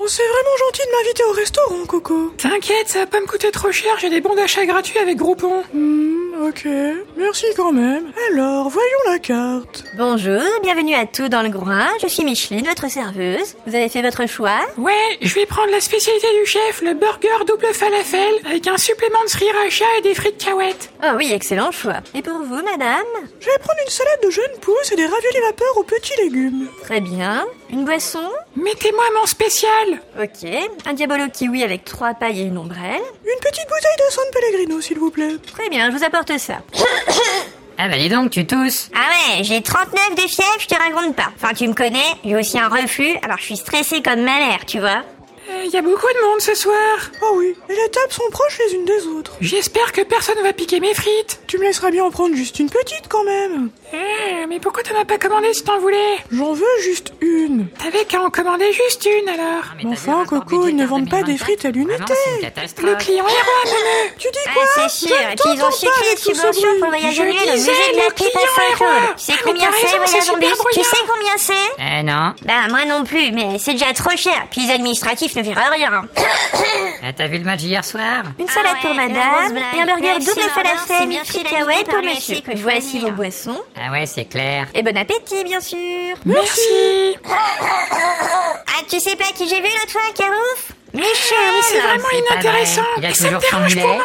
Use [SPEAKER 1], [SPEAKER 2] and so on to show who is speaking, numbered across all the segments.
[SPEAKER 1] Oh, c'est vraiment gentil de m'inviter au restaurant, Coco.
[SPEAKER 2] T'inquiète, ça va pas me coûter trop cher, j'ai des bons d'achat gratuits avec Groupon.
[SPEAKER 1] Hmm, ok. Merci quand même. Alors, voyons la carte.
[SPEAKER 3] Bonjour, bienvenue à tout dans le groin. Je suis Micheline, votre serveuse. Vous avez fait votre choix
[SPEAKER 2] Ouais, je vais prendre la spécialité du chef, le burger double falafel, avec un supplément de sriracha et des frites cahuètes.
[SPEAKER 3] Oh oui, excellent choix. Et pour vous, madame
[SPEAKER 1] Je vais prendre une salade de jeunes pousses et des raviolis vapeur aux petits légumes.
[SPEAKER 3] Très bien. Une boisson
[SPEAKER 2] Mettez-moi mon spécial
[SPEAKER 3] Ok. Un diabolo kiwi avec trois pailles et une ombrelle.
[SPEAKER 1] Une petite bouteille de San Pellegrino, s'il vous plaît.
[SPEAKER 3] Très bien, je vous apporte ça.
[SPEAKER 4] Ah bah dis donc, tu tousses.
[SPEAKER 5] Ah ouais, j'ai 39 de fièvre, je te raconte pas. Enfin, tu me connais, j'ai aussi un reflux, alors je suis stressée comme ma mère, tu vois.
[SPEAKER 2] Il Euh, y a beaucoup de monde ce soir.
[SPEAKER 1] Oh oui, et les tables sont proches les unes des autres.
[SPEAKER 2] J'espère que personne ne va piquer mes frites.
[SPEAKER 1] Tu me laisseras bien en prendre juste une petite quand même.
[SPEAKER 2] Eh, mais pourquoi t'en as pas commandé si t'en voulais
[SPEAKER 1] J'en veux juste une.
[SPEAKER 2] T'avais qu'à en commander juste une alors.
[SPEAKER 4] Ah,
[SPEAKER 1] Mais enfin, Coco, ils ne vendent pas des frites à l'unité.
[SPEAKER 2] Le client est roi, Manu.
[SPEAKER 1] Tu dis
[SPEAKER 5] Ah,
[SPEAKER 1] quoi
[SPEAKER 5] c'est sûr, et puis ils ont
[SPEAKER 1] t'entends pas
[SPEAKER 5] chiffré les
[SPEAKER 1] avec tout ce
[SPEAKER 5] subventions
[SPEAKER 1] bruit.
[SPEAKER 5] pour le voyage
[SPEAKER 2] Je
[SPEAKER 5] annuel au musée
[SPEAKER 2] disais,
[SPEAKER 5] de la
[SPEAKER 2] le
[SPEAKER 5] paix
[SPEAKER 2] client
[SPEAKER 5] pour 5
[SPEAKER 2] est roi.
[SPEAKER 5] euros. Tu sais
[SPEAKER 2] Ah, mais
[SPEAKER 5] combien
[SPEAKER 2] t'as
[SPEAKER 5] c'est,
[SPEAKER 2] raison,
[SPEAKER 5] voyage
[SPEAKER 2] c'est
[SPEAKER 5] en
[SPEAKER 2] super
[SPEAKER 5] bus Tu
[SPEAKER 2] brouillard.
[SPEAKER 5] sais combien c'est
[SPEAKER 4] Eh non.
[SPEAKER 5] Bah, moi non plus, mais c'est déjà trop cher, puis les administratifs ne verront rien.
[SPEAKER 4] Ah, T'as vu le match hier soir
[SPEAKER 3] Une
[SPEAKER 2] Ah
[SPEAKER 3] salade pour madame, et un burger double falafel et frites cahuètes pour monsieur. Voici vos boissons.
[SPEAKER 4] Ah ouais, c'est clair.
[SPEAKER 3] Et bon appétit, bien sûr.
[SPEAKER 2] Mm. Merci.
[SPEAKER 5] Ah, tu sais pas qui j'ai vu l'autre fois, Carouf Ah,
[SPEAKER 2] Michel, Ah, mais c'est vraiment
[SPEAKER 4] c'est pas
[SPEAKER 2] inintéressant.
[SPEAKER 4] vrai. Il a
[SPEAKER 2] Et ça me
[SPEAKER 4] toujours son
[SPEAKER 2] dérange pour
[SPEAKER 4] mulet.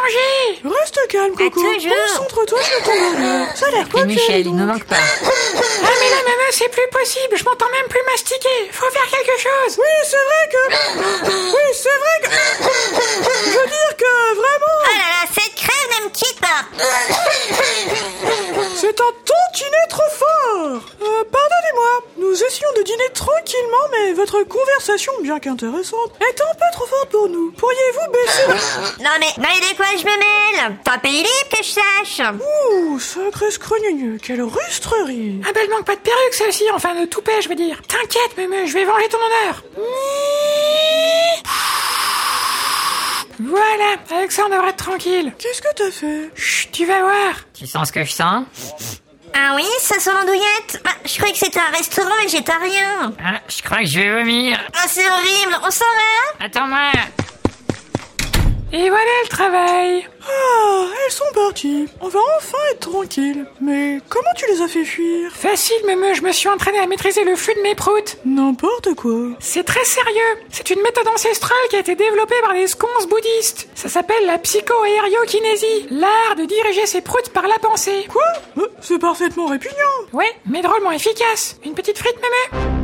[SPEAKER 2] manger.
[SPEAKER 1] Reste calme, Coco.
[SPEAKER 5] Ah, toujours.
[SPEAKER 1] Concentre-toi sur ton bonheur. Ça a l'air
[SPEAKER 4] Et
[SPEAKER 1] cool.
[SPEAKER 4] Michel, il nous manque pas.
[SPEAKER 2] Ah mais la nana, c'est plus possible. Je m'entends même plus mastiquer. Faut faire quelque chose.
[SPEAKER 1] Oui, c'est vrai que... Oui, c'est vrai que... Je veux dire que, vraiment,
[SPEAKER 5] Oh là là, cette crève ne me quitte pas
[SPEAKER 1] c'est un tontinet trop fort. Euh, pardonnez-moi, nous essayons de dîner tranquillement, mais votre conversation, bien qu'intéressante, est un peu trop forte pour nous. Pourriez-vous baisser...
[SPEAKER 5] Non mais, non mais de quoi je me mêle T'as pays libre que je sache
[SPEAKER 1] Ouh, sacré scrogneux, quelle rustrerie
[SPEAKER 2] Ah ben, elle manque pas de perruque, celle-ci. Enfin, de toupet, je veux dire. T'inquiète, Meme, je vais venger ton honneur. Voilà, avec ça, on devrait être tranquille.
[SPEAKER 1] Qu'est-ce que t'as fait
[SPEAKER 2] Chut, tu vas voir.
[SPEAKER 4] Tu sens ce que je sens
[SPEAKER 5] Ah oui, ça sent l'andouillette Bah, je croyais que c'était un restaurant végétarien
[SPEAKER 4] Ah, Je crois que je vais vomir.
[SPEAKER 5] Ah, c'est horrible, on s'en va
[SPEAKER 4] Attends-moi.
[SPEAKER 2] Et voilà le travail. Oh,
[SPEAKER 1] Ah, elles sont parties. On va enfin être tranquille. Mais comment tu les as fait fuir
[SPEAKER 2] Facile, Meme, je me suis entraîné à maîtriser le flux de mes proutes.
[SPEAKER 1] N'importe quoi.
[SPEAKER 2] C'est très sérieux. C'est une méthode ancestrale qui a été développée par les sconces bouddhistes. Ça s'appelle la psycho-aériokinésie, l'art de diriger ses proutes par la pensée.
[SPEAKER 1] Quoi Euh, C'est parfaitement répugnant.
[SPEAKER 2] Ouais, mais drôlement efficace. Une petite frite, mémé